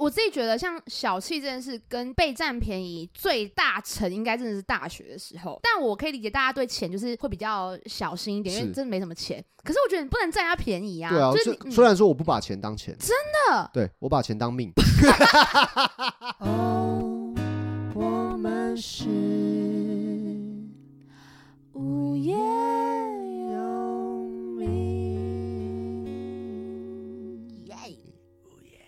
我自己觉得，像小气这件事跟被占便宜最大成，应该真的是大学的时候。但我可以理解大家对钱就是会比较小心一点，因为是真的没什么钱。可是我觉得你不能占人家便宜啊，对啊，就是这你虽然说我不把钱当钱，真的。对我把钱当命。哦，我们是无业游民。耶！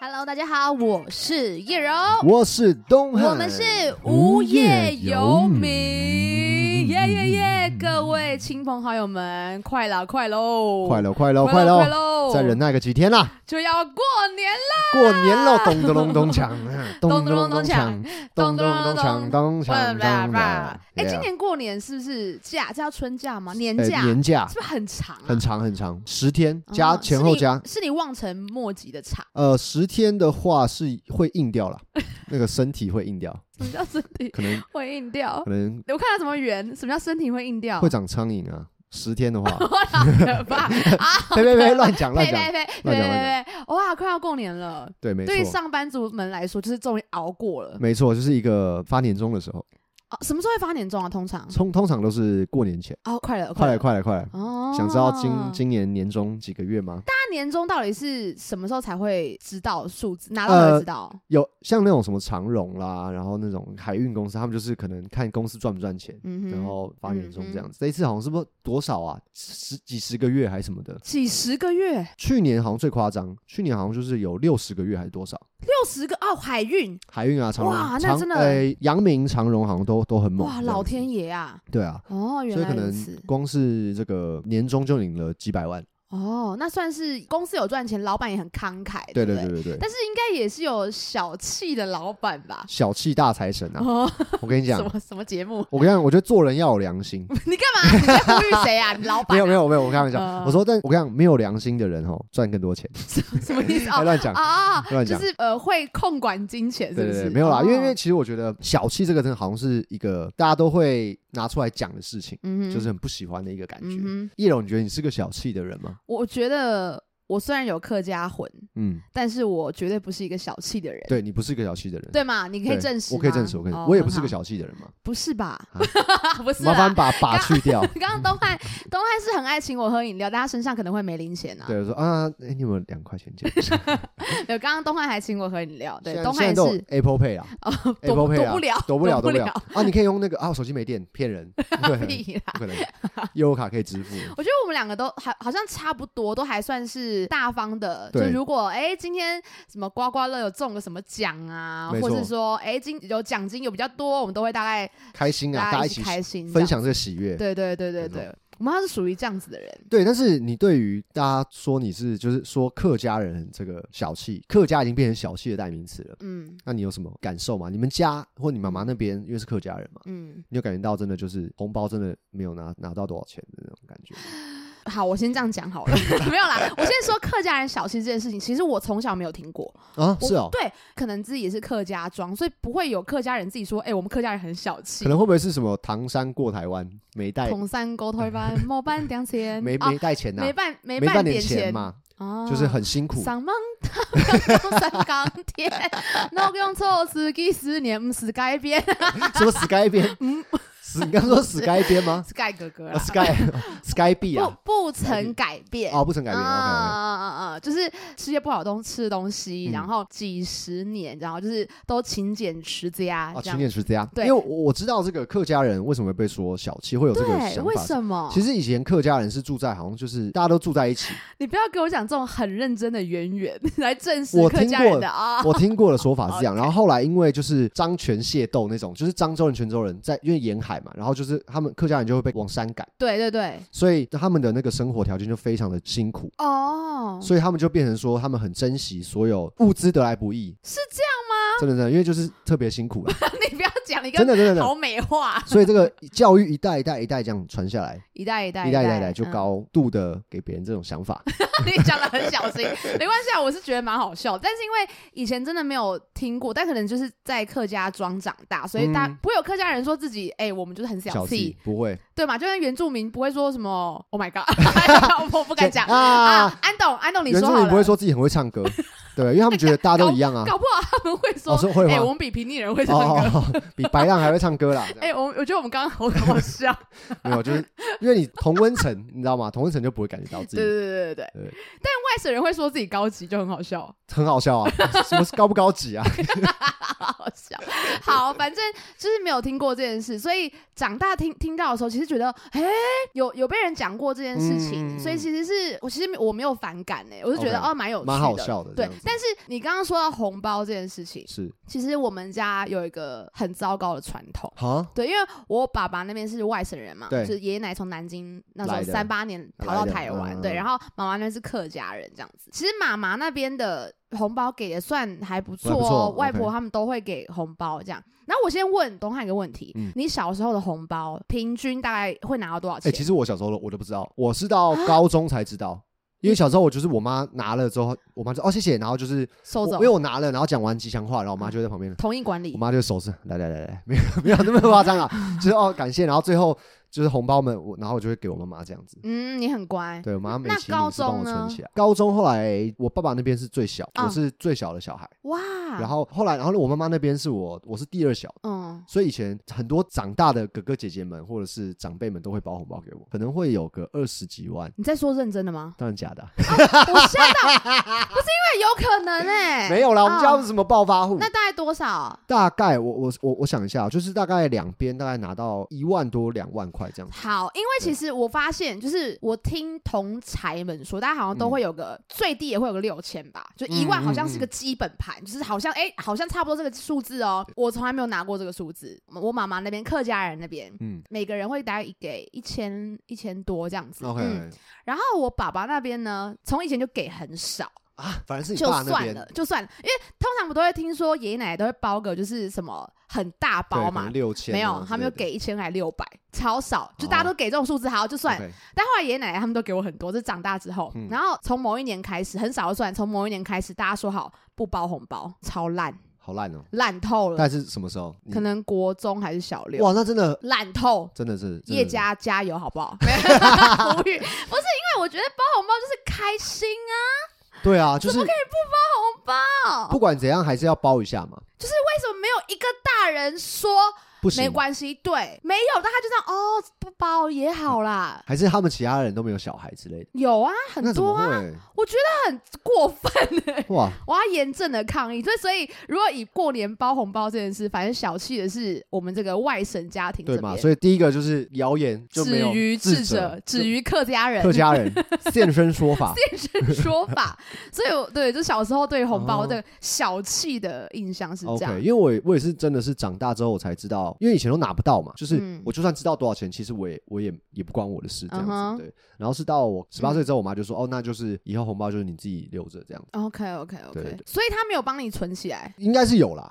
Hello，大家好，我是叶柔，我是东 汉，我们是无业游民，耶耶耶！各位亲朋好友们，快啦快喽，快乐乐快乐快快快乐，喽！再忍耐个几天啦，就要过年了，过年了，咚咚咚咚锵，嗯啊 咚咚咚咚锵，咚咚咚锵，咚锵咚锵。哎，今 Yeah 年过年是不是假？这叫春假吗？年呃假年是假不是很长啊？很长很长，十天哦加前后加是，你是你望尘莫及的长，呃，十天的话是会硬掉啦， 那个身体会硬掉，什么叫身体可能会硬掉 可？能我看到什么圆？什么叫身体会硬掉？，会长苍蝇啊。十天的话 我好 可怕！呸呸呸，乱讲 乱呸呸呸讲，呸乱讲呸呸！哇，快要过年了。对，没对于错，上班族们来说，就是终于熬过了。没错，就是一个发年终的时候，哦，什么时候会发年终啊？通常通通常都是过年前，哦，快了，快来了，快来快来，哦，想知道今今年年终几个月吗？那年终到底是什么时候才会知道数字？拿到呃才会知道？有像那种什么长荣啦，然后那种海运公司，他们就是可能看公司赚不赚钱，嗯哼，嗯然后发年终这样子。这一次好像是不是多少啊，十几十个月还是什么的？几十个月，去年好像最夸张，去年好像就是有六十个月还是多少？六十个哦，海运，海运啊，长哇那荣、长真的呃阳明、长荣好像都都很猛。哇，嗯这样老子天爷啊！对啊，哦，原所以来可如能此。光是这个年终就领了几百万。哦，那算是公司有赚钱，老板也很慷慨，对不对对对对，但是应该也是有小气的老板吧？小气大财神 啊！哦，我跟你讲什，么什么节目？ 我跟你讲，我觉得做人要有良心。你干嘛？你在呼吁谁啊？你老板啊、没有没有没有，我开玩笑，嗯我说，但我跟你讲，没有良心的人哦，赚更多钱， 什么意思？ 还哦乱讲。哎啊，乱就讲是呃，会控管金钱，是对不对是？对，没有啦，因为因为哦其实我觉得小气这个真的好像是一个大家都会拿出来讲的事情，嗯哼就是很不喜欢的一个感觉。嗯哼，叶龙，你觉得你是个小气的人吗？我觉得我虽然有客家魂，嗯，但是我绝对不是一个小气的人，对你不是一个小气的人，对吗？你可以对证实吗，我可以证实，我可以，哦我也不是个，很好小气的人嘛。不是吧？啊 不是麻啦烦。把把去 掉。刚刚东汉，东汉是很爱请我喝饮料，但他身上可能会没零钱啊。对，我说啊，哎你有没有两块钱 借我？对，刚刚东汉还请我喝饮料，对，现在东现在汉都有是 Apple Pay 啊 哦， ，Apple 躲 Pay 躲啊不了，躲不了， 躲躲不不了。啊！你可以用那个啊，我手机没电，骗 人，对，屁啦！不可能，业务卡可以支 付。我觉得我们两个都还好像差不多，都还算是大方的。就对如果哎、今天什么刮刮乐有中个什么奖啊，没或错者是说哎、今有奖金有比较多，我们都会大概开心啊，大家一起开心分这样。享这个喜悦。对对对对没错对，我们他是属于这样子的人。对，但是你对于大家说你是就是说客家人这个小气，客家已经变成小气的代名词了。嗯那你有什么感受吗？你们家或你妈妈那边，因为是客家人嘛，嗯，你有感觉到真的就是红包真的没有拿拿到多少钱的那种感觉吗？好，我先这样讲好 了，没有啦。我先说客家人小气这件事情，其实我从小没有听过。啊，我是哦，对，可能自己也是客家庄，所以不会有客家人自己说，哎、我们客家人很小气可。能会不会是什么唐山过台湾没带同山沟推班，某班两钱，没啊没带钱呐、没办没没半点钱，嘛，哦就是很辛 苦。上网他刚上钢铁，那用错词几十年不是改变什么 Sky 边？嗯死你刚说 Sky 边吗？ ，Sky 哥哥啊啦， ，Sky Sky B 啊，不不曾改变。哦，不曾改啊变，OK，OK。啊啊啊！就是吃些不好东吃的东西，嗯然后几十年，然后就是都勤俭持家啊，这勤样。俭持家，因对为我我知道这个客家人为什么会被说小气，会有这个对，想为法。什么？其实以前客家人是住在好像就 是大家都住在一起，你不要给我讲这种很认真的渊源来证实我客听家过人的啊。我听过的说法是这哦样。然后后来因为就是漳泉械斗那种，就是漳州人、泉州人在因为沿海嘛，然后就是他们客家人就会被往山赶，对对对，所以他们的那个生活条件就非常的辛苦，哦，所以他们就变成说他们很珍惜所有物资得来不易，是这样真的真的，因为就是特别辛苦啦。 吗？你不要讲了一真个的真的真好的。美化，所以这个教育一代一代一代这样传下来，一代一代一代一代一代就嗯高度的给别人这种想法， 你讲的很小心，没关系啊，我是觉得蛮好笑。但是因为以前真的没有听过，但可能就是在客家庄长大，所以大、嗯不会有客家人说自己，哎、我们就是很小小气气，不会对嘛？就跟原住民不会说什么，Oh my God，我不敢讲啊啊。安董，安董，你原说住好民了，不会说自己很会唱歌， 对，因为他们觉得大家都一 样啊。搞不好他们会说，哦，说会哎、吗我？们比平地人会唱歌。哦，比白浪还会唱歌啦。这哎、样我我觉得我们刚刚好搞笑，没有，就是因为你同温层，你知道吗？同温层就不会感觉到自对己对对对对。对但外省人会说自己高级，就很好笑。很好笑啊，什么是高不高级啊？好笑。好，反正就是没有听过这件事，所以长大听听到的时候，其实觉得，哎、有有被人讲过这件事情，嗯所以其实是我其实我没有反感哎、我就觉得 OK，哦，蛮有趣的，蛮好笑的这对样子，但是你刚刚说到红包这件事情，是其实我们家有一个很糟糕的传统。哈，对，因为我爸爸那边是外省人嘛，就对是爷爷奶奶从南京那时候来的三八年逃到来的台湾，嗯对，嗯然后妈妈那边是客家人这样子。其实妈妈那边的红包给的算还不错还不哦，错外婆 OK 他们都会给红包这样。然后我先问东汉一个问题：嗯你小时候的红包平均大概会拿到多少哎，钱？其实我小时候我都不知道，我是到啊高中才知道。因为嗯小时候我就是我妈拿了之后，我妈就哦谢谢，然后就是收我走嗯因为，我拿了，然后讲完吉祥话，然后我妈就在旁边，同意管理我。妈就手势来来来来，没有没有那么夸张啊，就是哦感谢，然后最后就是红包们，我然后我就会给我妈妈这样子。嗯，你很乖。对，我妈每那期高是帮我中呢存起来。高中后来，我爸爸那边是最小，嗯啊我是最小的小孩。哇，然后后来，然后我妈妈那边是我，我是第二小。嗯，所以以前很多长大的哥哥姐姐们或者是长辈们都会包红包给我，可能会有个二十几万，？你在说认真的吗 当然假的啊、我吓到，不是因为有可能哎、 没有啦，我们家哦不是什么暴发户。那大概多少？啊大概我我我我想一下，啊就是大概两边大概拿到一万多两万块这 样子。好，因为其实我发现，就是我听同才们说，大家好像都会有个、最低也会有个六千吧，就一万嗯嗯嗯好像是个基本盘，就是好像哎、好像差不多这个数字哦。我从来没有拿过这个数字，我妈妈那边客家人那边。嗯每个人会大概一给一千一千多这样子，OK，、嗯，然后我爸爸那边呢，从以前就给很少，啊，反正是你就爸那算边了，就算了，因为通常我都会听说爷爷奶奶都会包个就是什么很大对包可嘛能，六千啊没之类的、有，他们就给一千还六百，超少，就哦大家都给这种数字，好就算。 OK，但后来爷爷奶奶他们都给我很多，这长大之后，嗯然后从某一年开始很少算，从某一年开始大家说好不包红包，超烂，好烂哦、烂透了，但是什么时候？你可能国中还是小六，哇，那真的烂透。真的是真的叶是家加油，好不 好？没有无语，不是因为我觉得包红包就是开心啊，对啊，就是包红包不管怎样还是要包一下嘛，啊为什么没有一个大人说不行，没关系？对，没有，但他就这样哦，不包也好啦。还是他们其他人都没有小孩之类的，有啊，很那怎么多啊，会？我觉得很过分哎、 哇，我要严正的抗议。所以，所以如果以过年包红包这件事，反正小气的是我们这个外省家庭对这嘛？边，所以第一个就是谣言就没止有于智者，就止于客家人 客。家人现身说法，变成说 法，所以我对，就小时候对红包哦的小气的印象是这 OK，样。因为我也我也是真的是长大之后我才知道，因为以前都拿不到嘛，就是嗯我就算知道多少钱，其实我也我也也不关我的事这样嗯子。哼嗯对，然后是到我十八岁之后，我妈就说、哦，那就是以后红包就是你自己留着这样子。 OK OK 对 OK，对所以他没有帮你存起来，应该是 有啦，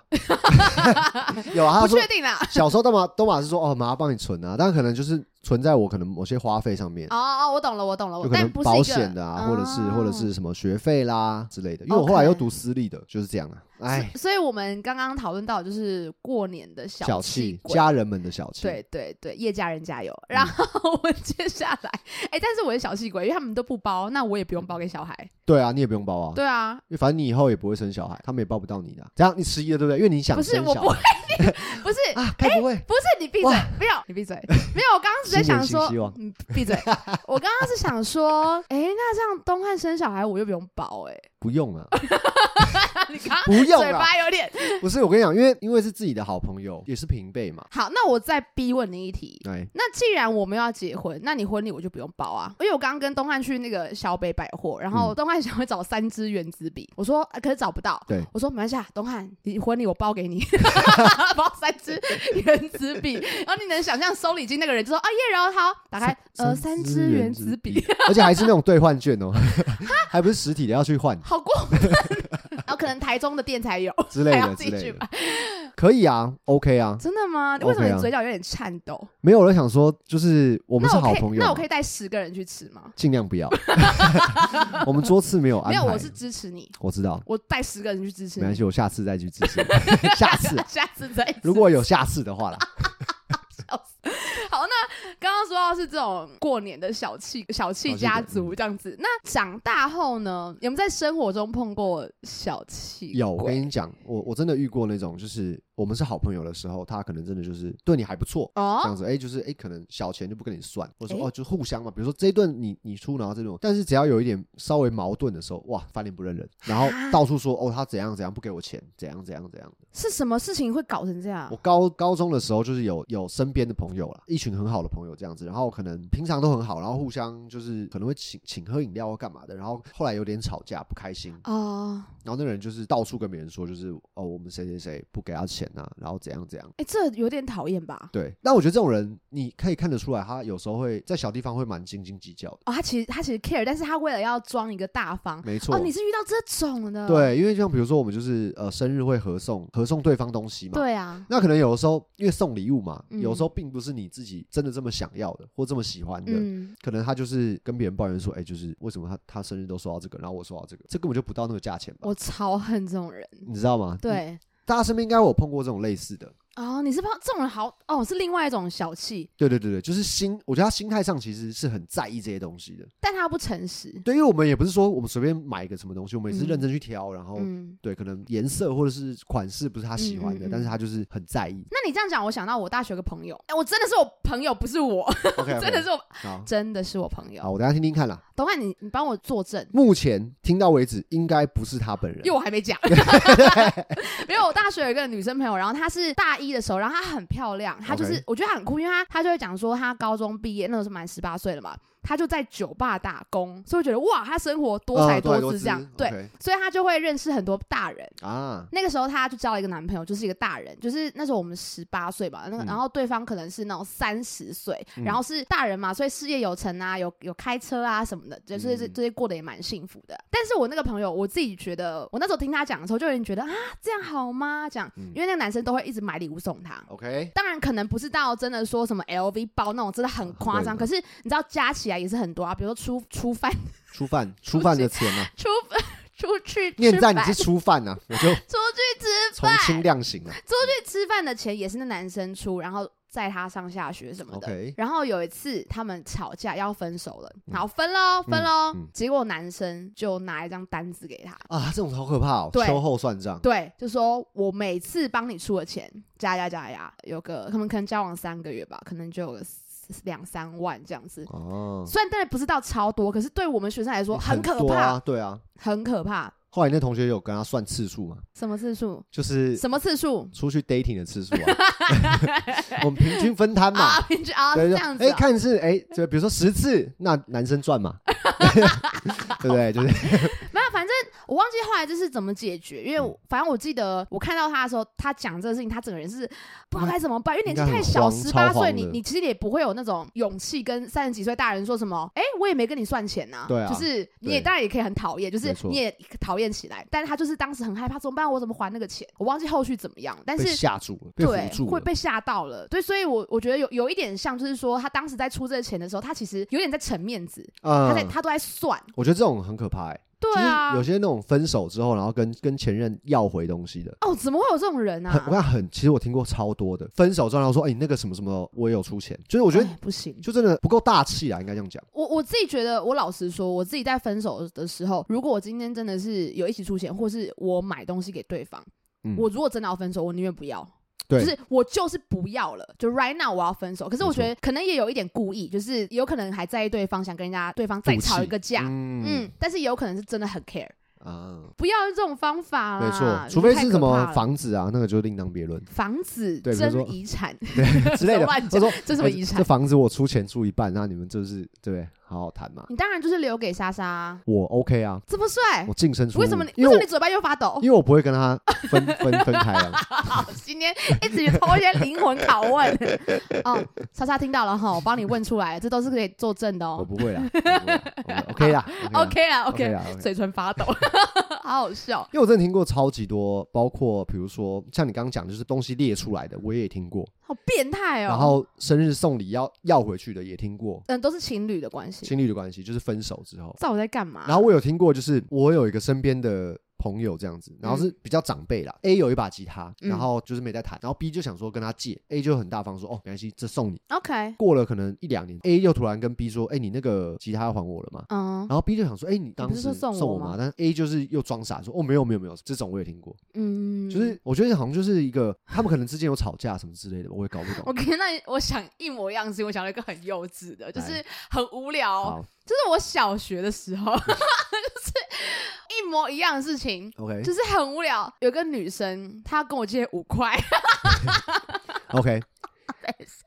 有啊。不他说确定 啦。小时候都嘛都嘛是说哦，妈妈帮你存啊，但可能就是存在我可能某些花费上面，哦哦，我懂了，我懂了，就我可但能不是一保个险的啊，或者是或者哦是什么学费啦之类的。因为我后来 OK 又读私立的，就是这样啊。哎，所以我们刚刚讨论到的就是过年的小气气，鬼。家人们的小气。对对对，叶家人加油！嗯然后 我们接下来，哎、但是我是小气鬼，因为他们都不包，那我也不用包给小孩。对啊，你也不用包啊。对啊，因为反正你以后也不会生小孩，他们也抱不到你的啊、这样你迟疑了，对不对？因为你想不是生我小不孩不是、啊，该 不会？不是，你闭嘴哇，不要你闭嘴，没有。我刚刚只是在新年想新说希望，嗯闭 嘴。我刚刚是想说，哎、那这样东汉生小孩，我就不用包哎、不用 了，你刚不用啊嘴了。巴有点不是我跟你讲，因为因为是自己的好朋友，也是平辈嘛。好。那我再逼问你一题，哎，那既然我们要结婚，那你婚礼我就不用包啊，因为我刚刚跟东汉去那个小北百货，然嗯后东汉想要找三支原子笔，我说、啊可是找不到，对我说没关系啊，东汉你婚礼我包 给你，包三支原子笔，然后你能想象收礼金那个人就说啊叶柔好，打开呃三支原子笔，， 而且还是那种兑换券哦， 还不是实体的，要去换好过分，然后可能台中的店才有， 之类还要的自之己去类的买。可以啊，OK 啊，真的吗？为什么 OK 啊你嘴角有点颤抖？没有，我在想说，就是我们是那好我可朋以，友，那我可以带十个人去吃吗？尽 量不要。我们桌次没有安没排，有，我是支持你，我知道，我带十个人去支持没你关。系，我下次再去支持你。 下次 下次再一次 如果有下次的 话啦，好，那刚刚说到是这种过年的小气小气家族这样子，那长大后呢，有没有在生活中碰过小气鬼？有我跟你讲，我我真的遇过那种，就是我们是好朋友的时候，他可能真的就是对你还不错。这哦，样子，哎、就是哎、可能小钱就不跟你算，或者说、哎哦，就互相嘛。比如说这一顿你你出，然后这顿我，但是只要有一点稍微矛盾的时候，哇，翻脸不认人，然后啊到处说哦，他怎样怎样不给我钱，怎样怎样怎样。是什么事情会搞成这样我？高高中的时候就是有有身边的朋友啦，一群很好的朋友这样子，然后可能平常都很好，然后互相就是可能会请请喝饮料或干嘛的，然后后来有点吵架不开心，哦，然后那个人就是到处跟别人说就是哦我们谁谁谁不给他钱啊，然后怎样怎样。哎，这有点讨厌吧？对，但我觉得这种人你可以看得出来，他有时候会在小地方会蛮斤斤计较的，哦，他其实他其实 care，但是他为了要装一个大方。没错。哦，你是遇到这种的？对，因为像比如说我们就是呃生日会合送合送对方东西嘛，对啊，那可能有的时候因为送礼物嘛，嗯有时候并不是你自己真的这么想要的或这么喜欢的，嗯，可能他就是跟别人抱怨说，哎、就是为什么他他生日都收到这个，然后我收到这个，这根本就不到那个价钱吧？我超恨这种人。你知道吗？嗯，对，大家身边应该有碰过这种类似的。哦，你是怕这种人好哦，是另外一种小气，对对对对，就是心，我觉得他心态上其实是很在意这些东西的。但他不诚实。对，因为我们也不是说我们随便买一个什么东西，我们也是嗯认真去挑，然后嗯，对，可能颜色或者是款式不是他喜欢的，嗯嗯嗯。但是他就是很在意 那你这样讲，我想到我大学有个朋友，哎，我真的是我朋友，不是我， OK，, o k 真的是我，好，真的是我朋好，友。我等一下听听看啦。等会你你帮我作证，目前听到为止，应该不是他本人因为。我还没 讲。没有，我大学有一个女生朋友，然后她是大一的时候，然后她很漂亮，她就是 OK 我觉得她很酷，因为她她就会讲说她高中毕业那时候满十八岁了嘛，她就在酒吧打工，所以我觉得哇，她生活多彩嗯多姿这样，对， OK 所以她就会认识很多大人。啊，那个时候她就交了一个男朋友，就是一个大人，就是那时候我们十八岁吧，那个、嗯然后对方可能是那种三十岁，嗯然后是大人嘛，所以事业有成啊，有有开车啊什么的，就是这嗯这些过得也蛮幸福的。但是我那个朋友，我自己觉得，我那时候听他讲的时候，就有点觉得啊，这样好吗？这样，嗯因为那个男生都会一直买礼物送她。 OK，当然，可能不是到真的说什么 LV 包那种，真的很夸张。很可贵是你知道加起来也是很多啊，比如说出出饭、初犯，初犯的钱 啊，出出去吃念在你饭、是初犯呐、啊，我就出去吃从饭、轻量刑啊。出去吃饭的钱也是那男生出，然后载她上下学什么的。 OK，嗯然后有一次他们吵架要分手了，好分喽分喽，嗯嗯结果男生就拿一张单子给她，啊，这种好可怕哦，对秋后算账。对，就说我每次帮你出的钱加加加加，有个他们可能交往三个月吧，可能就有个四两三万这样子。哦，虽然当然不是到超多，可是对我们学生来说很可多怕，啊，对啊。很可怕。后来那同学有跟他算次数嘛，什么次数？就是什么次数出去 dating 的次数啊， 我们平均分摊嘛啊？。 平均啊，对，是就这样子哎，啊、看是哎，就比如说十次，那男生赚嘛， 对 不对？就是没有，反正我忘记后来这是怎么解决，因为嗯我反正我记得我看到他的时候，他讲这个事情，他整个人是不知道该怎么办，因为年纪太小，嗯应十该八很慌超岁，慌的你你其实也不会有那种勇气跟三十几岁大人说什么，哎、我也没跟你算钱呐、对啊就是你也对当然也可以很讨厌，就是没错你也讨厌起来，但是他就是当时很害怕，怎么办？我怎么还那个钱？我忘记后续怎么样，但被是。吓住了，被对唬，住会了。被吓到了。对，所以我我觉得有有一点像，就是说他当时在出这个钱的时候，他其实有点在逞面子，他在嗯，他都在算。我觉得这种很可怕，哎，对就是啊，有些那种分手之后，然后跟跟前任要回东西的，哦，怎么会有这种人啊？很，我看很，其实我听过超多的分手之后，然后说，哎、你那个什么什么，我有出钱，就是我觉得哎不行。就真的不够大气啊啦，应该这样讲。我我自己觉得，我老实说，我自己在分手的时候，如果我今天真的是有一起出钱，或是我买东西给对方，嗯我如果真的要分手，我宁愿不要。对就是我就是不要了，就 right now 我要分手。可是我没错觉得可能也有一点故意，就是有可能还在意对方，想跟人家对方再赌气吵一个架，嗯嗯，但是也有可能是真的很 care，啊，不要用这种方法啦没错，就是除非啊太是可什么怕了房子啊，那个就另 当别论房子对比如说争遗产之类 的。乱他讲说呃这什么遗产这？房子我出钱出一半，那你们就是对不对？好好谈嘛。你当然就是留给莎莎啊，我 OK 啊，这么帅我，净身出户。哎为什么你因为什为么我你嘴巴又发抖？哦因为我不会跟他 分分分开啊。今天一直偷一些灵魂拷问 哦，莎莎听到了哈，我帮你问出来，这都是可以作证的我哦。不会啦啊我不会啦 我，OK 啦 OK 啦 OK ，OK，啦 ，OK。嘴唇发 抖，好好笑。因为我真的听过超级多，包括比如说像你刚刚讲，就是东西列出来的，我也听过，好变态哦！然后生日送礼要要回去的也听过，嗯，都是情侣的关系，情侣的关系就是分手之后，知道我在干嘛？然后我有听过，就是我有一个身边的朋友这样子，然后是比较长辈啦、a 有一把吉他，嗯然后就是没在弹，然后 B 就想说跟他借，A 就很大方说哦没关系，这送你。 OK，过了可能一两年，A 又突然跟 B 说，哎、你那个吉他还我了吗？嗯然后 B 就想说，哎、你当不是时说送我我吗但是 A 就是又装傻说，哦，没有没有没有，这种我也听过，嗯，就是我觉得好像就是一个他们可能之间有吵架什么之类的吧，我也搞不我懂。跟那我想一模一样的事情，我想到一个很幼稚的，就是很无聊，好就是我小学的时候， 就是一模一样的事情。 ，OK 就是很无聊，有个女生她跟我借五块， OK，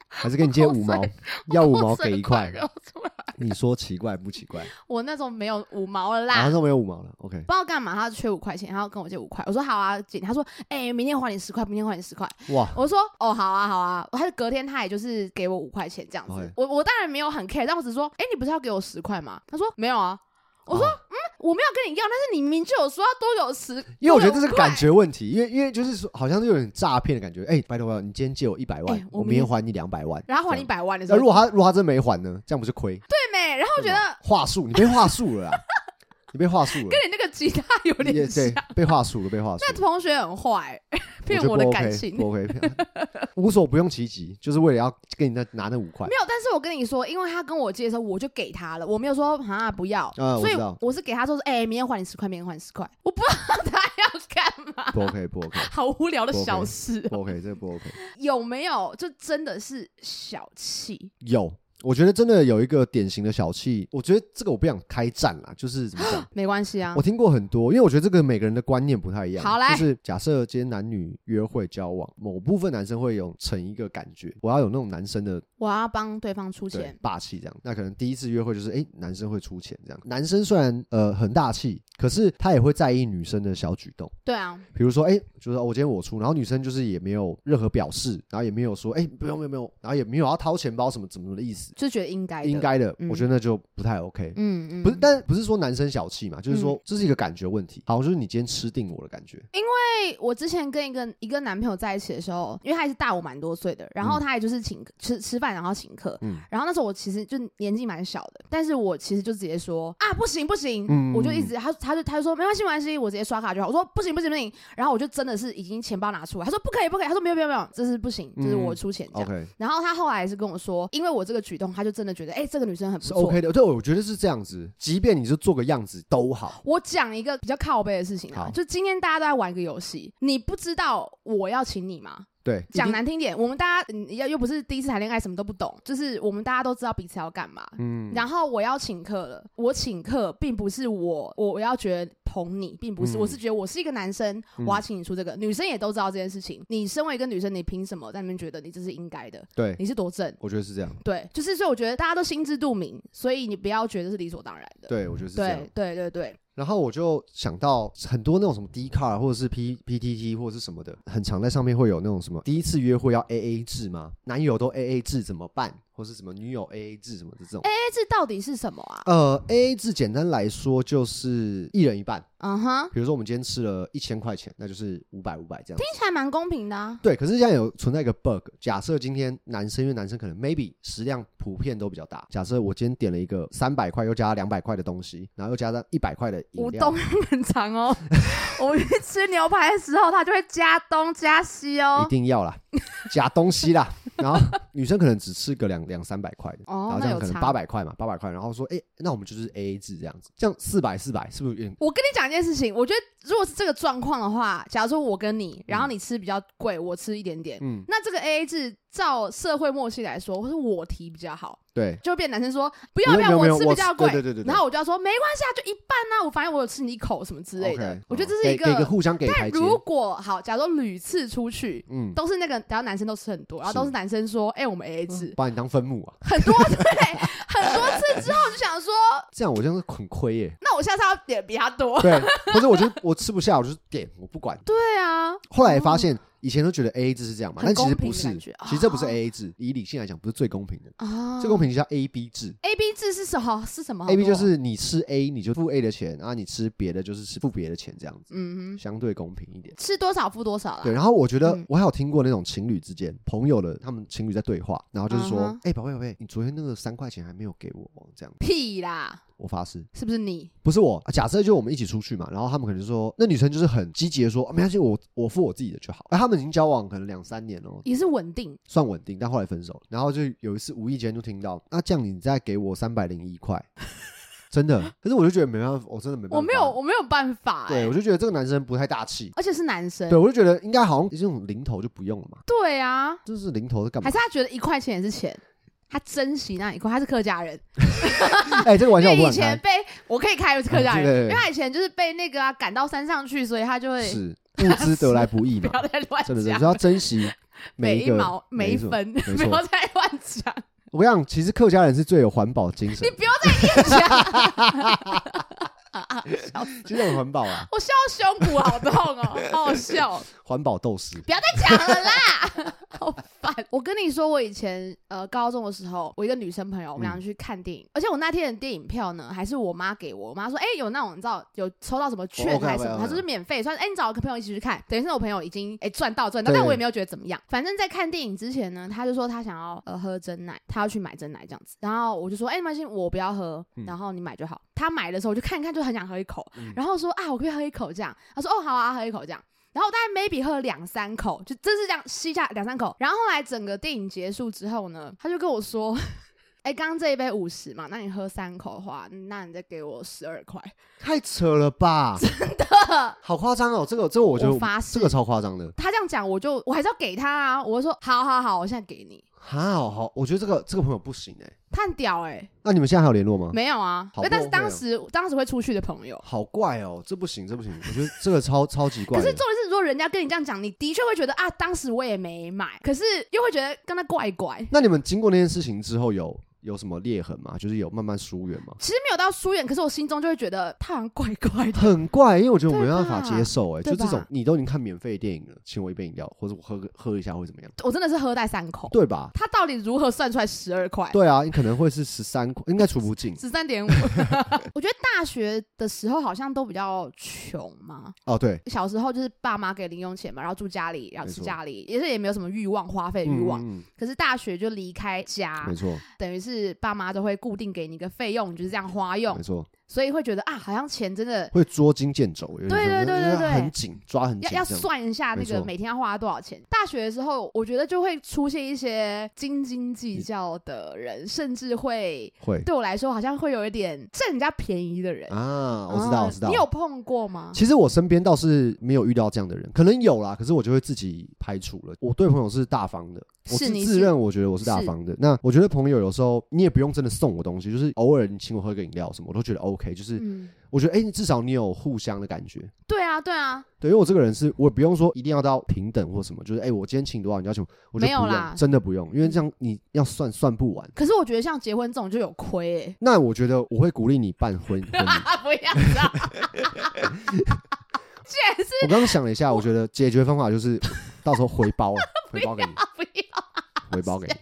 还是 给你借我口五毛水，要五毛口水给一快块，流出来你说奇怪不奇怪？我那时候没有五毛了然啦，后说没有五毛了，OK，不知道干嘛，她缺五块钱，她要跟我借五块，我说好啊，姐，她说哎、明天还你十块，明天还你十块，哇，我说哦，好啊，好啊。他隔天他也就是给我五块钱这样子 OK。我我当然没有很 care，但我只说，哎、你不是要给我十块吗？他说没有啊，我说啊我没有跟你要，但是你明明就有说要多给我十，因为我觉得多这是给我五块感。觉问题，因为因为就是说好像是有点诈骗的感觉，哎，拜托拜托，你今天借我一百哎万，我我明明天还你两百万，然后还这你样。百万的时那候，如果他如果他真没还呢，这样不是亏？对没？然后我觉得话术，你被话术了啦，啊你被话 术了跟，你那个吉他有也点像对。，被话术了，被话术那了。同学很坏，骗我我觉的得不感 OK，情。不 OK，无所不用其极，就是为了要跟你那拿那五块 没。有，但是我跟你说，因为他跟我借的时候，我就给他了，我没有说啊不要，啊我所以知道我是给他说是，哎、明天还你十块，明天还你十块，我不知道他要干嘛，不 OK，不 OK，好无聊的不 OK 小事哦不 OK，这不 OK。有没有就真的是小气？，有，我觉得真的有一个典型的小气，我觉得这个我不想开战啦，就是怎么讲没关系啊我，听过很多，因为我觉得这个每个人的观念不太一样。好来就是假设今天男女约会交往，某部分男生会有成一个感觉，我要有那种男生的我要帮对方出对钱。霸气这样。那可能第一次约会就是，哎、男生会出钱这样。男生虽然呃很大气，可是他也会在意女生的小举动，对啊，比如说，哎、就是、哦、我今天我出，然后女生就是也没有任何表示，然后也没有说，哎、不用不用不用，然后也没有要掏钱包什么怎么的意思，就觉得应该的应，该的，嗯我觉得那就不太 OK。嗯嗯，不是，但不是说男生小气嘛，就是嗯说这是一个感觉问题，好像就是你今天吃定我的感觉。因为我之前跟一个一个男朋友在一起的时候，因为他也是大我蛮多岁的，然后他也就是请客吃吃饭，然后请客。嗯然后那时候我其实就年纪蛮小的，但是我其实就直接说啊不行不行，嗯我就一直他他就他就说没关系没关系，我直接刷卡就好。我说不行不行不行，然后我就真的是已经钱包拿出来，他说不可以不可以，他说没有没有没有，这是不行，就是嗯我出钱这样。 OK 然后他后来也是跟我说，因为我这个举动，他就真的觉得，哎、这个女生很不是错。 OK 的，对，我觉得是这样子，即便你是做个样子都好，我讲一个比较靠背的事情啊好，就今天大家都在玩一个游戏，你不知道我要请你吗？对，讲一定难听点，我们大家嗯又又不是第一次谈恋爱，什么都不懂，就是我们大家都知道彼此要干嘛。嗯然后我要请客了，我请客并不是我我我要觉得捧你，并不是，嗯我是觉得我是一个男生，嗯我要请你出这个，女生也都知道这件事情。你身为一个女生，你凭什么在那边觉得你这是应该的？对，你是多正？我觉得是这样，对，就是所以我觉得大家都心知肚明，所以你不要觉得是理所当然的。对我觉得是这样对。对对对，然后我就想到很多那种什么 D car 或者是 P P T T 或者是什么的，很常在上面会有那种什么第一次约会要 A A 制吗？男友都 A A 制怎么办？或是什么女友 A A 制什么的这种？哎，这到底是什么啊？呃，A A 制简单来说就是一人一半。嗯哼，比如说我们今天吃了一千块钱，那就是五百五百这样子。听起来蛮公平的啊。对，可是现在有存在一个 bug，假设今天男生因为男生可能 maybe 食量普遍都比较大，假设我今天点了一个三百块又加两百块的东西，然后又加上一百块的饮吴料东，很长哦， 我们去吃牛排的时候，他就会加东加西哦一。定要啦，假东西啦。然后女生可能只吃个两两三百块的，然哦，后那这样有可能差。八百块嘛，八百块，然后说，哎，那我们就是 A A 制这样子，这样四百四百是不是有点？我跟你讲一件事情，我觉得如果是这个状况的话，假如说我跟你，然后你吃比较贵，我吃一点点，嗯，那这个 A A 制照社会默契来说，或是我提比较好，对，就会变男生说不要没有要，没有吃没有比较我贵，对对对对对然后我就要说没关系啊，就一半啊，我反正我有吃你一口什么之类的 OK，我觉得好这是一哦给给个互相给但台阶，如果好，假如说屡次出去。嗯，都是那个，然后男生都吃很多，然后是嗯都是男生说，哎、我们 A A 制， 把你当分母啊，很多对，很多次之后就想这样我这样是很亏耶、那我下次要点比他 多。对，或者我就我吃不下，我就是点，我不管。对啊，后来也发现，以前都觉得 A A 制是这样嘛，很但其实公平不的是，感觉其实这不是哦 A A 制，以理性来讲不是最公平的，啊，最公平就叫哦 A B 制。 A B 制是什么？是什么 A B 就是你吃 A 你就付 A 的钱，啊，你吃别的就是吃付别的钱，这样子嗯哼，相对公平一点。吃多少付多少啦。对，然后我觉得嗯我还有听过那种情侣之间朋友的，他们情侣在对话，然后就是嗯说哼，哎，宝贝宝贝，你昨天那个三块钱还没有给我哦，这样子，屁啦，我发誓。是不是你？不是我，假设就我们一起出去嘛，然后他们可能就说，那女生就是很积极的说，啊没关系，我我付我自己的就好。哎，他们已经交往可能两三年了，也是稳定算稳定，但后来分手了。然后就有一次无意间就听到，啊那这样你再给我三百零一块， 真的。可是我就觉得没办法，我真的没办法。我没有，，我没有办法、欸。对我就觉得这个男生不太大气。而且是男生。对，我就觉得应该好像这种零头就不用了嘛，对啊，这是零头是干还？嘛是他觉得一块钱也是钱，他珍惜那一块，他是客家人， 哎、这个玩因笑为我不以敢前开，被我可以开客家啊对对对人，因为他以前就是被那个啊赶到山上去，所以他就会是物资得来不易 不嘛，要再乱真的是讲就，要珍惜每每一个毛每一种。分， 错不要再乱讲，我跟你讲，其实客家人是最有环保精神你，不要再硬讲， 其实很环保啊， 我笑到胸骨好痛哦，好好笑。环保斗士。不要再讲了啦， 好烦！我跟你说，我以前呃高中的时候，我一个女生朋友，我们嗯俩去看电影，而且我那天的电影票呢，还是我妈给我，我妈说，哎、有那种你知道有抽到什么券 OK，OK，OK，还是什么，她说是免费，算哎、你找个朋友一起去看，等于是我朋友已经哎赚、到赚到，但对我也没有觉得怎么样。反正，在看电影之前呢，她就说她想要呃喝真奶，她要去买真奶这样子，然后我就说，哎、没关系，我不要喝，嗯然后你买就好。她买的时候，我就看一看，就很想喝一口，嗯然后说啊，我可以喝一口这样，她说哦好啊，喝一口这样。然后我大概 maybe 喝了两三口，就真是这样吸下两三口。然后后来整个电影结束之后呢，他就跟我说：“ 哎、刚刚这一杯五十嘛，那你喝三口的话，那你再给我十二块。太扯了吧！真的，好夸张哦！这个，这个，我觉得我发誓这个超夸张的”。他这样讲，我就我还是要给他啊。我就说：“好好好，我现在给你。哈，好好，我觉得这个这个朋友不行哎、”他很屌哎、那你们现在还有联络吗？没有啊，哦好但是过分当哦时当时会出去的朋友。好怪哦，这不行，这不行，我觉得这个超 超级怪可的。是重点是，如果人家跟你这样讲，你的确会觉得啊，当时我也没买，可是又会觉得跟他怪怪。那你们经过那件事情之后有，有什么裂痕吗？就是有慢慢疏远吗？其实没有到疏远，可是我心中就会觉得他好像怪怪的。 很怪，因为我觉得我没对吧办法接受哎、对就吧这种你都已经看免费的电影了，请我一杯饮料，或者我喝个喝一下会怎么样？我真的是喝带三口。对吧？他到底如何算出来十二块？对啊，你可能会是十三块，应该除不进十三点五。 我觉得大学的时候好像都比较穷嘛，哦。对，小时候就是爸妈给零用钱嘛，然后住家里，然后没吃错家里，也是也没有什么欲望花费欲望。嗯嗯可是大学就离开嗯家没，错，等于是爸妈都会固定给你一个费用，你就是这样花用没，错，所以会觉得啊，好像钱真的会捉襟见肘，有点对对像对就是对对很紧，抓很紧要这要样。算一下那没个错每天要花多少钱。大学的时候，我觉得就会出现一些斤斤嗯计较的人，甚至会会对我来说好像会有一点占人家便宜的人。啊，我知道，啊我知道。你有碰过吗？其实我身边倒是没有遇到这样的人，可能有啦，可是我就会自己排除了。我对朋友是大方的，我是自你自是认我觉得我是大是方的。那我觉得朋友有时候你也不用真的送我东西，就是偶尔你请我喝个饮料什么，我都觉得 OK。就是嗯，我觉得哎、你至少你有互相的感觉。对啊，对啊，对，因为我这个人是我也不用说一定要到平等或什么，就是哎、我今天请多少你就要请我，我觉没得有不啦嗯用，真的不用，因为这样你要算算不完。。可是我觉得像结婚这种就有亏、欸那我觉得我会鼓励你办 婚婚礼。啊，不要啦！居然是我刚刚想了一下，我觉得解决方法 就是到时候回包啊，回包给你。啊，不要回包给你。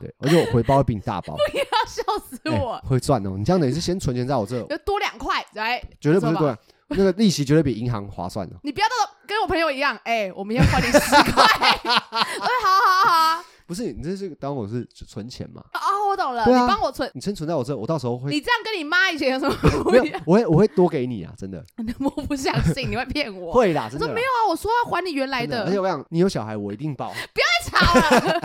对，而且我回包会比你 大包，要笑死我哎，会赚哦。你这样等于是先存钱在我 这，就多两块，来，绝对不知是道对吧啊，那个利息绝对比银行划算啊的。你不要到时候跟我朋友一样，哎、我明天还你十块。我说好好好啊，不是，你这是当我是存钱嘛？哦，我懂了，对啊你帮我存。你先存在我这，我到时候会 你啊这样跟你妈以前有什么不 没一有样？，我会我会多给你啊，真的我不相信你会骗我。会啦，我真说的啦。没有啊，我说要还你原来真的的，而。且哎我想你有小孩，我一定包。吵 了。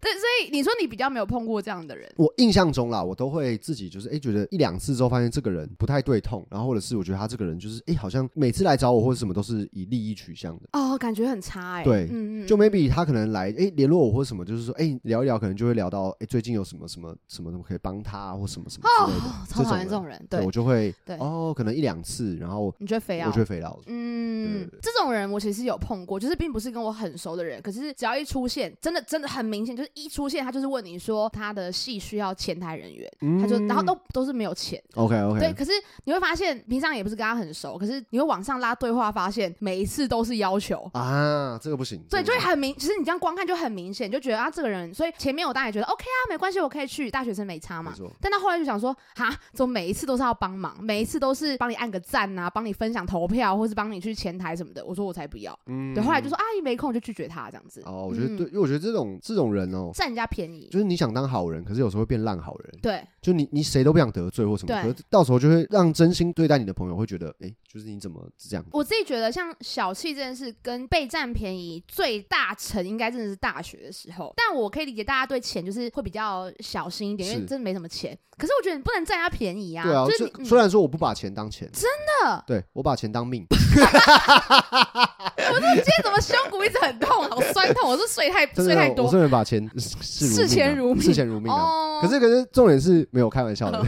对，所以你说你比较没有碰过这样的人，我印象中啦，我都会自己就是哎、觉得一两次之后发现这个人不太对痛，然后或者是我觉得他这个人就是哎、好像每次来找我或者什么都是以利益取向的。哦，感觉很差哎、对嗯嗯，就 maybe 他可能来诶联络我或什么，就是说诶聊一聊，可能就会聊到诶最近有什么什么什么什么可以帮他啊或什么什么之类的。哦，超讨厌这种人，对我，就会对哦，可能一两次，然后你觉得肥我啊就？会肥到嗯对对，这种人我其实有碰过，就是并不是跟我很熟的人，可是只要一出现，真的真的很明显，就是一出现，他就是问你说他的戏需要前台人员，嗯他就然后都都是没有钱。 OK 对， OK，可是你会发现，平常也不是跟他很熟，可是你会往上拉对话，发现每一次都是要求，啊，这个不行，对，就这个会不行很明。其实你这样光看就很明显，就觉得啊，这个人，所以前面我当然也觉得 OK 啊，没关系，我可以去，大学生没差嘛没。错，但到后来就想说，哈，怎么每一次都是要帮忙，每一次都是帮你按个赞啊，帮你分享投票，或是帮你去前台什么的。我说我才不要。嗯对，后来就说阿姨没空就拒绝他这样子，哦，我觉得嗯对，因为我觉得这种这种人哦，占人家便宜。就是你想当好人，可是有时候会变烂好人，对就你你谁都不想得罪或什么，对可是到时候就会让真心对待你的朋友会觉得，哎，就是你怎么这样？我自己觉得，像小气这件事跟被占便宜最大成，应该真的是大学的时候。但我可以理解大家对钱就是会比较小心一点，因为是真的没什么钱。可是我觉得你不能占人家便宜啊，对啊，就是你虽虽然说我不把钱当钱，真的对我把钱 当命，嗯今天怎么胸骨一直很痛啊，好酸痛，我是睡太 真睡的太我多。真的把钱 视视钱如如啊命视钱如命啊。哦可是可是重点是没有开玩笑 的，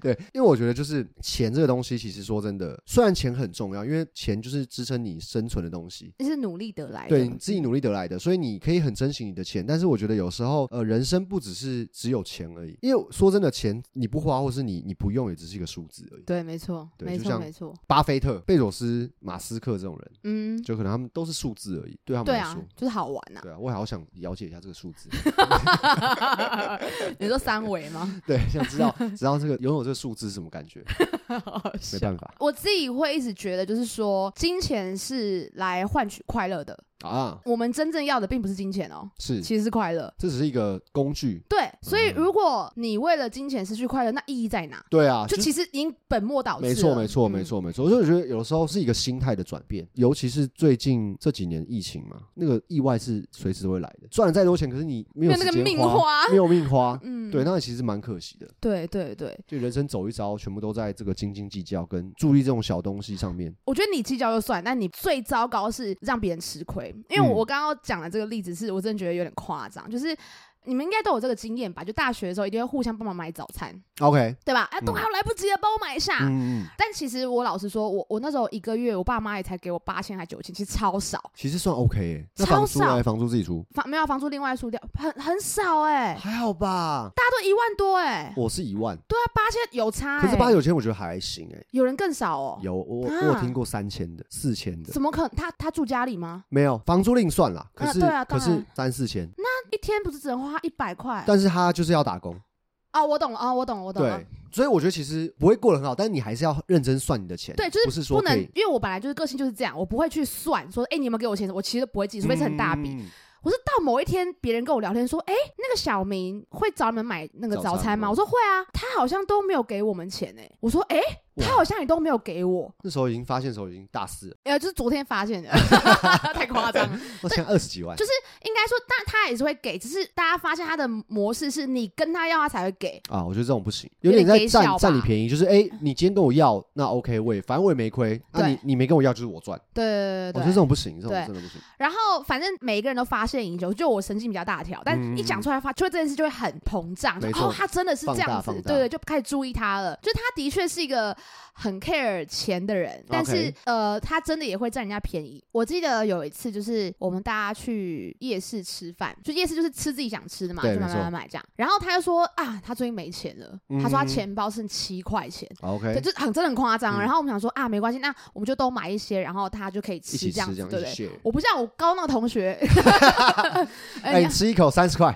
对，因为我觉得就是钱这个东西，其实说真的，虽然钱很重要，因为钱就是支撑你生存的东西。那是努力得来的，对你自己努力得来的，所以你可以很珍惜你的钱。但是我觉得有时候，呃，人生不只是只有钱而已。因为说真的，钱你不花，或是你你不用，也只是一个数字而已。对，没错，对没就错，像没错，巴菲特、贝佐斯、马斯克这种人，嗯，就可能他们都是数字而已，对他们对来啊说。，就是好玩 呐、对啊，我也好想了解一下这个数字。啊。你说三维吗？ 对，想知道知道这个拥有这个数字是什么感觉，好好没笑办法我自己会一直觉得，就是说，金钱是来换取快乐的。啊，我们真正要的并不是金钱哦，是，嗯其实是快乐。这只是一个工具。对，所以如果你为了金钱失去快乐，那意义在哪？对啊，就就其实已经本末倒置了。没错，没错，嗯没。错，没错。所以我觉得有时候是一个心态的转变，尤其是最近这几年疫情嘛，那个意外是随时会来的。赚了再多钱，可是你没有没有那个时间命花 花，没有命花，嗯，对，那其实蛮可惜的。对对对，就人生走一遭，全部都在这个斤斤计较跟注意这种小东西上面。我觉得你计较就算，但你最糟糕是让别人吃亏。因为我嗯我刚刚讲的这个例子是，我真的觉得有点夸张，就是你们应该都有这个经验吧？就大学的时候一定会互相帮忙买早餐， OK，对吧？哎，嗯都还有来不及了，帮我买一下。嗯，嗯但其实我老实说，我我那时候一个月，我爸妈也才给我八千还九千，其实超少，其实算 OK 诶。那超房租少来房租自己出，房没有房租另外出掉，很很少 哎、还好吧？大家都一万多哎、我是一万。对啊，八千有差、欸，可是八九千我觉得还行哎、有人更少哦、有我我啊我有听过三千的、四千的，怎么可能？他他住家里吗？没有房租另算啦。可啊是、对啊可当然是三四千，一天不是只能花一百块？但是他就是要打工，哦，我懂了，哦，我懂了，我懂了对。，所以我觉得其实不会过得很好，但是你还是要认真算你的钱，对，就不是是说能可以，因为我本来就是个性就是这样，我不会去算说，哎、你有没有给我钱？我其实不会记，除非是很大笔。嗯我是到某一天别人跟我聊天说，哎、那个小明会找你们买那个早早餐餐吗？吗我说会啊，他好像都没有给我们钱哎、我说哎、他哇好像也都没有给我，那时候已经发现的时候已经大四了，呃，就是昨天发 现的，太夸张了。我现在二十几万就，应该说，但他也是会给，只是大家发现他的模式是你跟他要，他才会给。啊，我觉得这种不行，有有点点在给小吧占占你便宜，就是哎、你今天跟我要，那 OK，我也反正我也没亏，那、对你你没跟我要就是我赚，对对对对我觉得这对。种不行，这种对真的不行，然后反正每一个人都发现已久，就我神经比较大条，但嗯一讲出来发，就会这件事就会很膨胀，就没错哦，他真的是这样子，放大对放大对，就开始注意他了。就他的确是一个很 care 钱的人，但是 OK 呃，他真的也会占人家便宜。我记得有一次就是我们大家去夜市吃饭，就夜市就是吃自己想吃的嘛，对就买没买错买买这样。然后他就说啊，他最近没钱了，他说他钱包剩七块钱。 o 对， k 就是很真的很夸张。哎嗯然后我们想说啊，没关系，那我们就都买一些，然后他就可以一吃起这样吃子，这样对一不对？起 share，我不像我高中的同学，哎、哎、你你吃一口三十 块，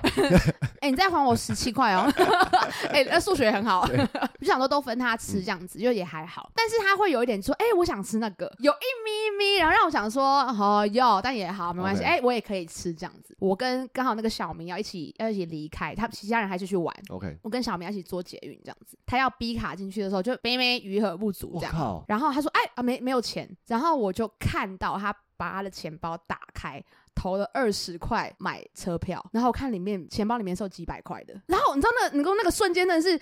哎、你再还我十七块哦。哎、那数学很好，就想说都分他吃这样子，就也还好。但是他会有一点说，哎、我想吃那个，有一咪咪，然后让我想说，哦哟，但也好，没关系， OK 哎、我也可以吃这样子。我跟刚好那个小明要一起要一起离开，他其他人还是去玩。 OK，我跟小明要一起坐捷运这样子，他要逼卡进去的时候，就妹妹余额不足我这样。靠，然后他说：“哎啊，没没有钱。”然后我就看到他把他的钱包打开，投了二十块买车票，然后我看里面钱包里面是有几百块的。然后你知道那个，你跟那个瞬间真的是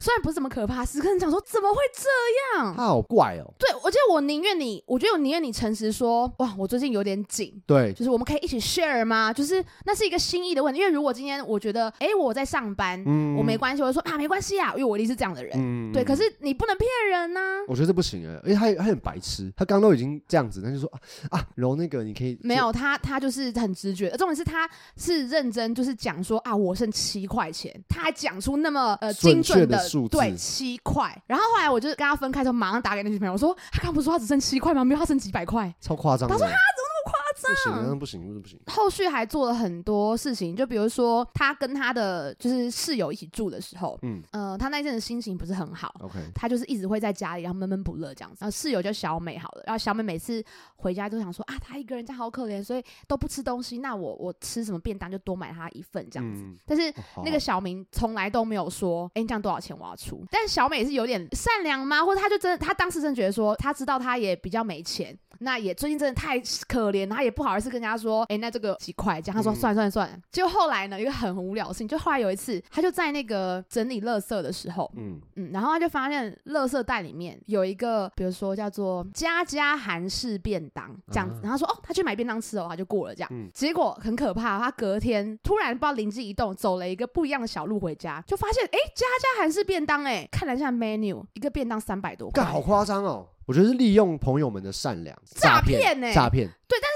虽然不是什么可怕的事，可是想说怎么会这样？他好怪哦。对，我觉得我宁愿你，我觉得我宁愿你诚实说，哇，我最近有点紧，对，就是我们可以一起 share 吗？就是那是一个心意的问题，因为如果今天我觉得，哎、我在上班，嗯我没关系，我就说啊，没关系啊，因为我一定是这样的人，嗯对。可是是你不能骗人呐、我觉得这不行哎，因为他也他很白痴，他刚刚都已经这样子，他就说啊啊，柔那个你可以没有他，他就是很直觉。重点是他是认真，就是讲说啊，我剩七块钱，他还讲出那么呃准精确的准的数字对七块。然后后来我就跟他分开之后，马上打给那群朋友，我说他刚不是说他只剩七块吗？没有，他剩几百块。超夸张的。他说哦他怎么那么夸张？不行，那不啊行，不行。 后续还做了很多事情，就比如说他跟他的就是室友一起住的时候，嗯呃，他那一阵子心情不是很好。 OK，他就是一直会在家里，然后闷闷不乐这样子。然后室友叫小美好了，然后小美每次回家就想说啊，她一个人家好可怜，所以都不吃东西。那我我吃什么便当就多买她一份这样子。嗯但是哦好那个小明从来都没有说，哎、你这样多少钱我要出？但小美是有点善良吗？或者她就真的，她当时真的觉得说，她知道她也比较没钱，那也最近真的太可怜，她也不好意思跟人家说，哎、那这个几块这样。她说嗯算了算了算了。结果后来呢，有一个很无聊的事情，就后来有一次，她就在那个整理垃圾的时候，嗯，嗯，然后他就发现垃圾袋里面有一个，比如说叫做“家家韩式便当”这样子，啊然后他说哦，他去买便当吃哦，他就过了这样。嗯结果很可怕，他隔天突然不知道灵机一动，走了一个不一样的小路回家，就发现哎，家家韩式便当哎，看了一下 menu，一个便当三百多块干，好夸张哦！我觉得是利用朋友们的善良诈骗骗欸诈骗。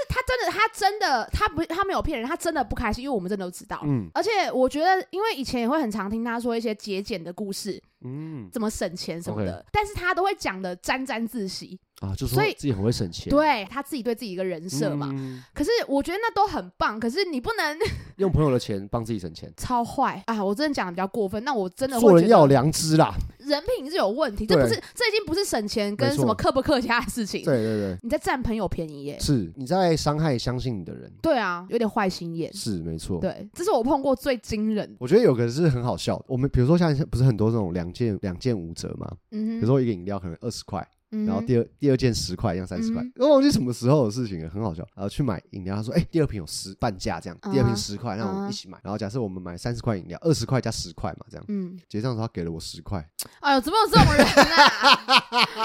他真的，他真的，他不，他没有骗人，他真的不开心，因为我们真的都知道。嗯而且我觉得，因为以前也会很常听他说一些节俭的故事，嗯怎么省钱什么的但是他都会讲的沾沾自喜，啊，就说所以自己很会省钱，对啊他自己对自己一个人嗯，设嘛。可是我觉得那都很棒，可是你不能 用朋友的钱帮自己省钱，超坏啊！我真的讲的比较过分，那我真的做会人觉要有得良知啦。人品是有问题，这不对是这已经不是省钱跟没错什么客不客气的事情对，对对，你在占朋友便宜耶。是你在伤害相信你的人，对啊，有点坏心眼。是没错。对，这是我碰过最惊人。我觉得有个是很好笑的，我们比如说像不是很多这种两件两件五折嘛，比嗯如哼，说一个饮料可能二十块，嗯哼然后第二第二件十块，一样三十块嗯，我忘记什么时候的事情了，很好笑。然后去买饮料，他说：“哎、第二瓶有十半价这样，嗯第二瓶十块，让我嗯们一起买。”然后假设我们买三十块饮料，二十块加十块嘛，这样嗯，结账的时候他给了我十块，哎呦，怎么有这种人啊？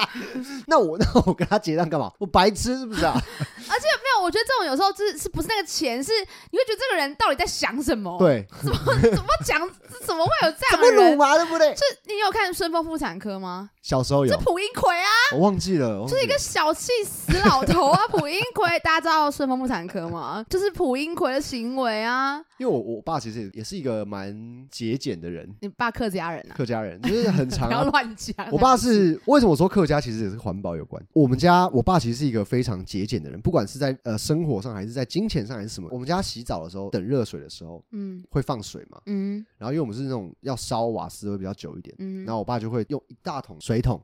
那我 那我跟他结账干嘛？我白痴是不是啊？没有，我觉得这种有时候就是是不是那个钱，是你会觉得这个人到底在想什么？，对，怎么怎么讲，怎么会有这样怎么的辱哦人？嘛，对不对？是你有看《顺风妇产科》吗？小时候有这，蒲英奎啊。我忘记了，就是一个小气死老头啊！蒲英奎，大家知道顺风妇产科吗？就是蒲英奎的行为啊！因为我我爸其实也也是一个蛮节俭的人，你爸客家人啊，客家人就是很 常不要啊。乱讲。我爸是为什么我说客家其实也是环保有关？我们家我爸其实是一个非常节俭的人，不管是在呃生活上还是在金钱上还是什么，我们家洗澡的时候等热水的时候嗯会放水嘛，嗯然后因为我们是那种要烧瓦斯会比较久一点。嗯，然后我爸就会用一大桶 水桶，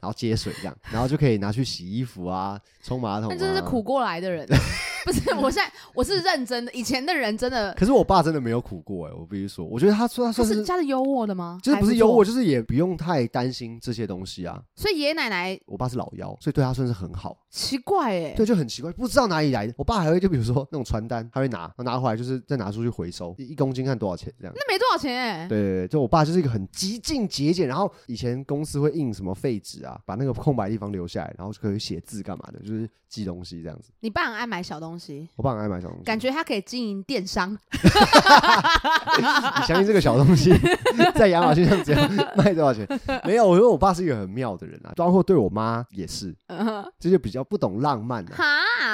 然后接水这样，然后就可以拿去洗衣服啊、冲马桶、啊。那真的是苦。过来 的人啊。不是，我现在我是认真的。以前的人真的可是我爸真的没有苦过哎、我必须说，我觉得他说他他算是是家是优渥的吗？就是不是还有错我，。就是也不用太担心这些东西啊。所以爷爷奶奶我爸是老幺，所以对他算是很好。奇怪哎，对，就很奇怪，不知道哪里来的。我爸还会就比如说那种传单，他会拿，拿回来就是再拿出去回收，一一公斤看多少钱这样。那没多少钱哎。对对对，就我爸就是一个很极尽节俭，然后以前公司会印什么废纸啊，把那个空白地方留下来，然后就可以写字干嘛的，就是寄东西这样子。你爸很爱买小东西，我爸很爱买小东西，感觉他可以经营电商。 你相信这个小东西在亚马逊 上只要卖多少钱？没有，我觉得我爸是一个很妙的人啊，包括对我妈也是，嗯这就比较不懂浪漫啊。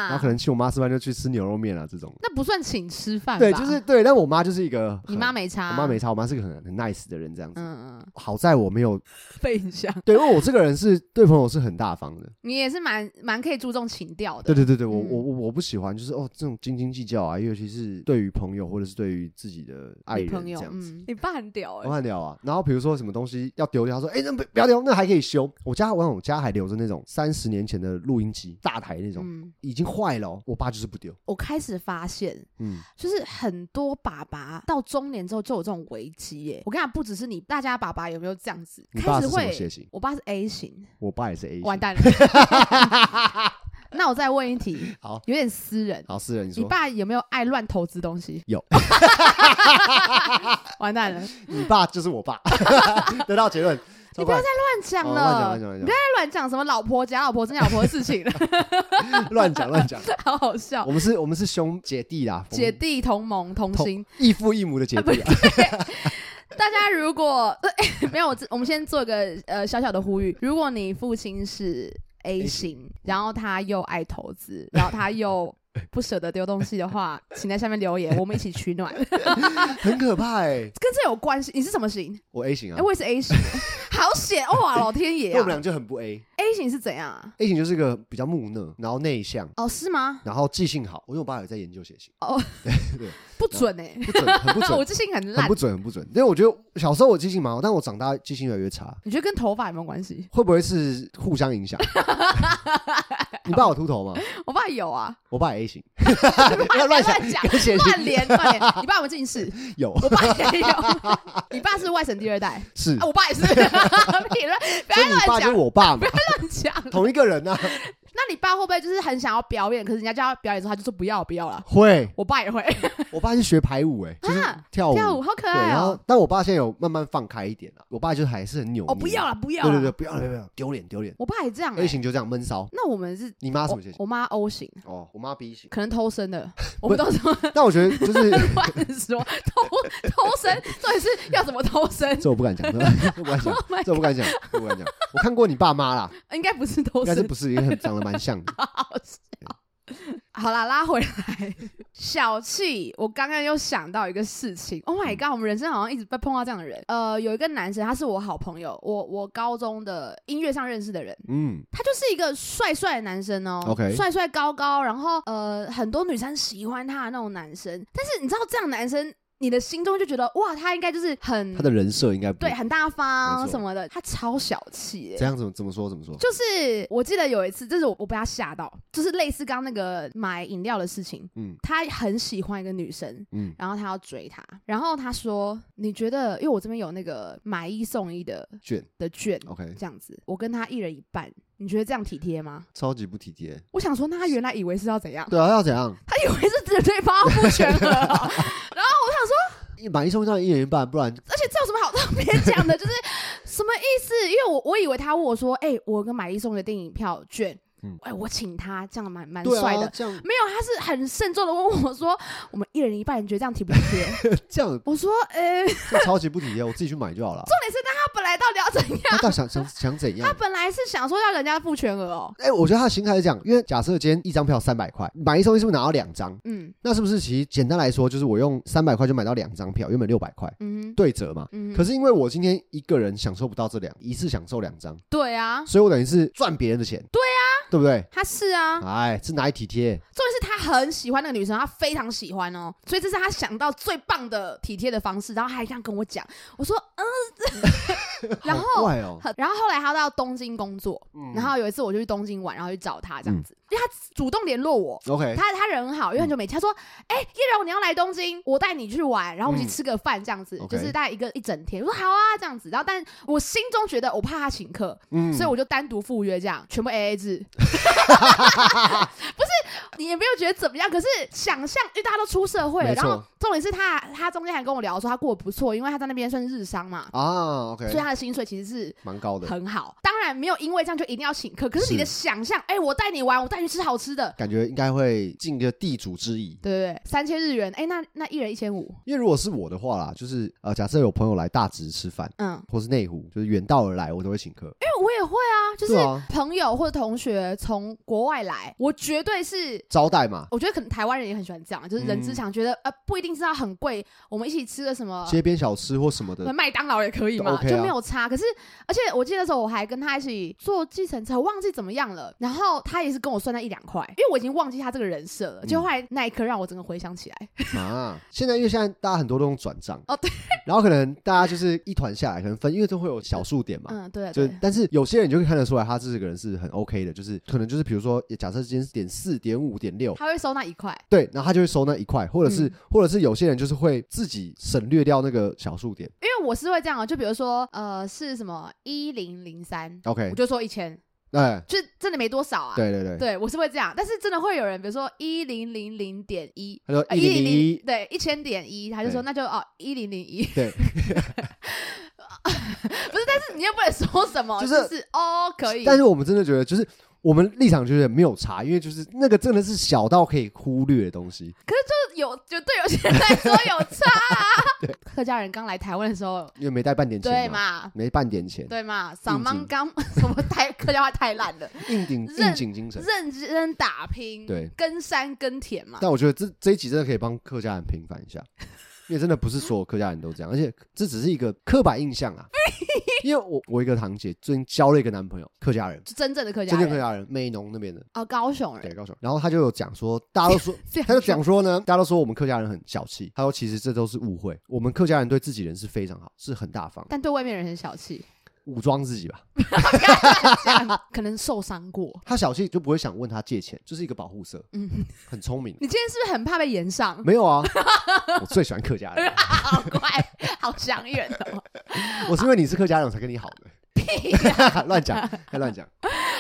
然后可哈，能请我妈吃饭就去吃牛肉面啊这种。那不算请吃饭吧。对，就是对，但我妈就是一个你很妈，没差，我妈没差，我妈是个很很 nice 的人这样子。嗯嗯，嗯嗯，好在我没有被影响。对，因为我这个人是对朋友是很大方的。你也是蛮蛮可以注重情调的。对对对对，我嗯我我我不喜欢就是哦这种斤斤计较啊，尤其是对于朋友或者是对于自己的爱女人朋这友，样子。嗯，你爸很屌我很屌啊，然后比如说什么东西要丢掉，他说：“哎、那不不要丢，那还可以修。”我家我我家还留着那种三十年前的录音机，大台那种，嗯，已经坏了哦、我爸就是不丢。我开始发现，嗯，就是很多爸爸到中年之后就有这种危机耶。我跟你讲，不只是你，大家爸爸有没有这样子？你开爸始是什么会血，型？我爸是 A 型，我爸也是 A 型。 完蛋了。那我再问一题，好有点私人，好，私人你你说，爸有没有爱乱投资东西？有，完蛋了，乱你爸就是我爸， 得到结论。你不要再讲哦了，乱讲乱讲你不要再乱讲什么老婆假老婆真假老婆的事情了， 乱讲乱讲，好好笑我。们是我们是兄姐弟啦，姐弟同盟同同心，异父异母的姐弟啊， 大家如果、呃没有，我这我们先做一个呃小小的呼吁：如果你父亲是 A 型，然后他又爱投资，然后他又不舍得丢东西的话，请在下面留言，我们一起取暖。跟很可怕哎。这有关系？你是什么型？我 A 型哎、啊，我也是 A 型，好险！哇，老天爷因为我们啊俩就很不 A，A ！A 型是怎样啊？型就是个比较木讷，然后内向，哦，是吗？然后记性好。我因为我爸有在研究写信，不准哎、不准，很不 我准，记性很很烂不。准，很不准。因为我觉得小时候我记性蛮好，但我长大记性越来越差。你觉得跟头发有没有关系？会不会是互相影 响？你爸有秃头吗？我爸有啊，我爸 也 A 型， 不要乱想，乱讲 跟写信乱连乱连。你爸有没有近视？有我爸也有。你爸是外省第二代。是啊，，我 爸也是，别乱不所以要你乱爸就讲，是我爸嘛，乱讲。同一个人啊，那你爸会不会就是很想要表演，可是人家叫他表演的时候，他就说不要不要了？会，我爸也会我爸是学排舞哎，就是啊跳舞，跳舞，好可对，爱然后哦！但我爸现在有慢慢放开一点了，我爸就还是很扭捏，哦，不要了，不要对嗯对了对，，不要了不要了，丢脸丢脸我爸也这样欸，A。型就这样闷骚，那我们是你妈什我么血 型？我妈 O 型，哦，我妈 B 型，可能偷生 的，我们都是乱但我觉得就是， 说偷偷生，到底是要怎么偷生这我不敢讲，这我不敢 讲？Oh，my 这我不敢讲，这我不敢讲，我看过你爸妈啦，应该不是偷应该生是，不是，因为很长得蛮像 的，好笑。好啦，拉回来，小气。我刚刚又想到一个事情，Oh my 嗯 god，我们人生好像一直被碰到这样的人。呃，有一个男生，他是我好朋友，我我高中的音乐上认识的人，嗯，他就是一个帅帅的男生哦 OK 帅帅高高，然后呃，很多女生喜欢他的那种男生。但是你知道，这样的男生，你的心中就觉得哇，他应该就是很他的人设应该不对，很大没方错什么的，他超小气、欸怎。样怎么怎么说怎么说？就是我记得有一次，这是我我被他吓到，就是类似刚刚那个买饮料的事情，嗯他很喜欢一个女生。嗯，然后他要追她，然后他说：“你觉得，因为我这边有那个买一送一的卷的券， ，OK，这样子，我跟他一人一半，你觉得这样体贴吗超级不体 贴。？”我想说，那他原来以为是要怎 样？对啊，要怎样？他以为是指对方要付全额哦、 一买一送一，一人一半，不然而且这有什么好特别讲的？就是什么意思？因为我我以为他问我说：“哎、我跟买一送一的电影票券，嗯哎、我请他，这样蛮蛮对帅的。啊，这样没有，他是很慎重的问我说：“我们一人一半，你觉得这样体不体贴这样？” 我说：“呃，重这超级不体贴，我自己去买就好了。点是，但他本来到底要怎样？他到底想想想怎他样？本来是想说要人家付全额哦。哎、我觉得他的心态是这样，因为假设今天一张票三百块，买一送一是不是拿到两张？嗯那是不是其实简单来说，就是我用三百块就买到两张票，原本六百块嗯哼对折嘛。嗯哼，可是因为我今天一个人享受不到这两，一次享受两张，对啊，所以我等于是赚别人的钱。对啊，对不对？他是啊，哎，这哪里体贴？重点是他很喜欢那个女生，他非常喜欢哦，所以这是他想到最棒的体贴的方式，然后还这样跟我讲，我说 嗯，然好后。怪哦，很然后后来他到东京工作，嗯然后有一次我就去东京玩，然后去找他这样子，因为他主动联络我， OK，他他人很好，因为很久没见。他说：“哎、叶柔，你要来东京，我带你去玩，然后我们去吃个饭，这样子，嗯 OK 就是大概一个一整天。”我说：“好啊，这样子。”然后，但我心中觉得我怕他请客，嗯所以我就单独赴约，这样全部 A A 制。不是你也没有觉得怎么样，可是想象，因为大家都出社会了，没然错后重点是他他中间还跟我聊说他过得不错，因为他在那边算是日商嘛，啊，OK，所以他的薪水其实是蛮高的，很好。当然没有因为这样就一定要请客，可是你的想象，哎、我带你玩，我带你吃好吃的，感觉应该会尽个地主之谊。对对对，三千日元，哎、那那一人一千五，因为如果是我的话啦，就是呃，假设有朋友来大直吃饭，嗯，或是内湖，就是远道而来，我都会请客。因为我也会啊，就是对啊朋友或者同学从国外来，我绝对是。招待嘛，我觉得可能台湾人也很喜欢这样，就是人之嗯常觉得、呃不一定是要很贵，我们一起吃个什么街边小吃或什么啊那的，麦当劳也可以嘛都 OK 啊就没有差。可是，而且我记得那时候我还跟他一起坐计程车，忘记怎么样了。然后他也是跟我算那一两块，因为我已经忘记他这个人设了。嗯就后来那一刻让我整个回想起来，啊，现在因为现在大家很多都用转账哦对，然后可能大家就是一团下来，可能分，因为都会有小数点嘛。嗯，对就对，但是有些人你就可以看得出来，他这个人是很 OK 的，就是可能就是比如说，假设今天是点四、点五、点六，他会收那一块，对，然后他就会收那一块，或者是、嗯或者是有些人就是会自己省略掉那个小数点因为我是会这样啊，就比如说呃是什么一零零三， ，OK 我就说一千，哎，就真的没多少啊。对对对，对我是会这样，但是真的会有人，比如说一零零零点一，他说呃一零零100一，对一千点一，他就说那就哦一零零一， 对，不是，但是你又不能说什么，就就是是哦可以，但是我们真的觉得，就是我们立场觉得没有差，因为就是那个真的是小到可以忽略的东西。有就对有些人来说有 差、啊。客家人刚来台湾的时候，因为没带半点钱对嘛，嘛？没半点钱，对嘛？嗓门刚 什么太客家话太烂了，应景认应景精神。认真打拼，对，跟山跟田嘛。但我觉得这这一集真的可以帮客家人平反一下， 因为真的不是所有客家人都这样，而且这只是一个刻板印 象啊。因为我我一个堂姐最近交了一个男朋友，客家人，就真正的客家真正客人家人，美农那边的，哦，高雄对，人，高雄。然后他就有讲说，大家 都说这样他就讲说呢，大家都说我们客家人很小气，他说其实这都是误会，我们客家人对自己人是非常好，是很大方的，但对外面人很小气，武装自己吧。 可能受伤过。他小气就不会想问他借钱，就是一个保护色，嗯，很聪明。你今天是不是很怕被延 上？没有啊，我最喜欢客家 人，好怪，好想远哦。我是因为你是客家人我才跟你好的。 乱讲，还乱讲。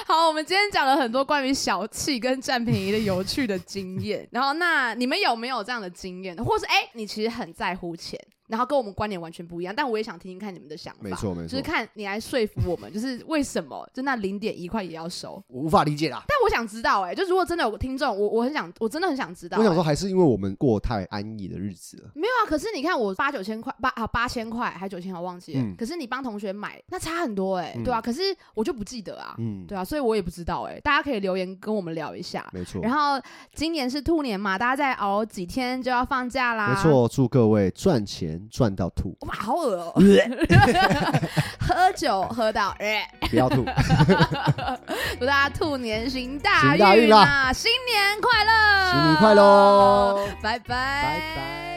好，我们今天讲了很多关于小气跟占便宜的有趣的经验。然后，那你们有没有这样的经验，或是哎、你其实很在乎钱，然后跟我们观点完全不一样？但我也想听听看你们的想法。没，错，没就错是，看你来说服我们，就是为什么就那零点一块也要收？我无法理解啦。但我想知道、哎，就如果真的有听众，我我很想，我真的很想知道、我想哎说，还是因为我们过太安逸的日子了。没有啊，可是你看我八九千块，八啊八千块还九千，我忘记了。嗯可是你帮同学买，那差很多哎、嗯对啊。可是我就不记得啊，嗯，对啊，所以我也不知道哎、大家可以留言跟我们聊一下。没错，然后今年是兔年嘛，大家再熬几天就要放假啦。没，错。祝各位赚钱赚到吐，哇，好恶 哦、喝酒喝到，哎、不要吐。祝大家兔年行大啊行大运运啦！新年快乐，新年快乐拜拜，拜拜。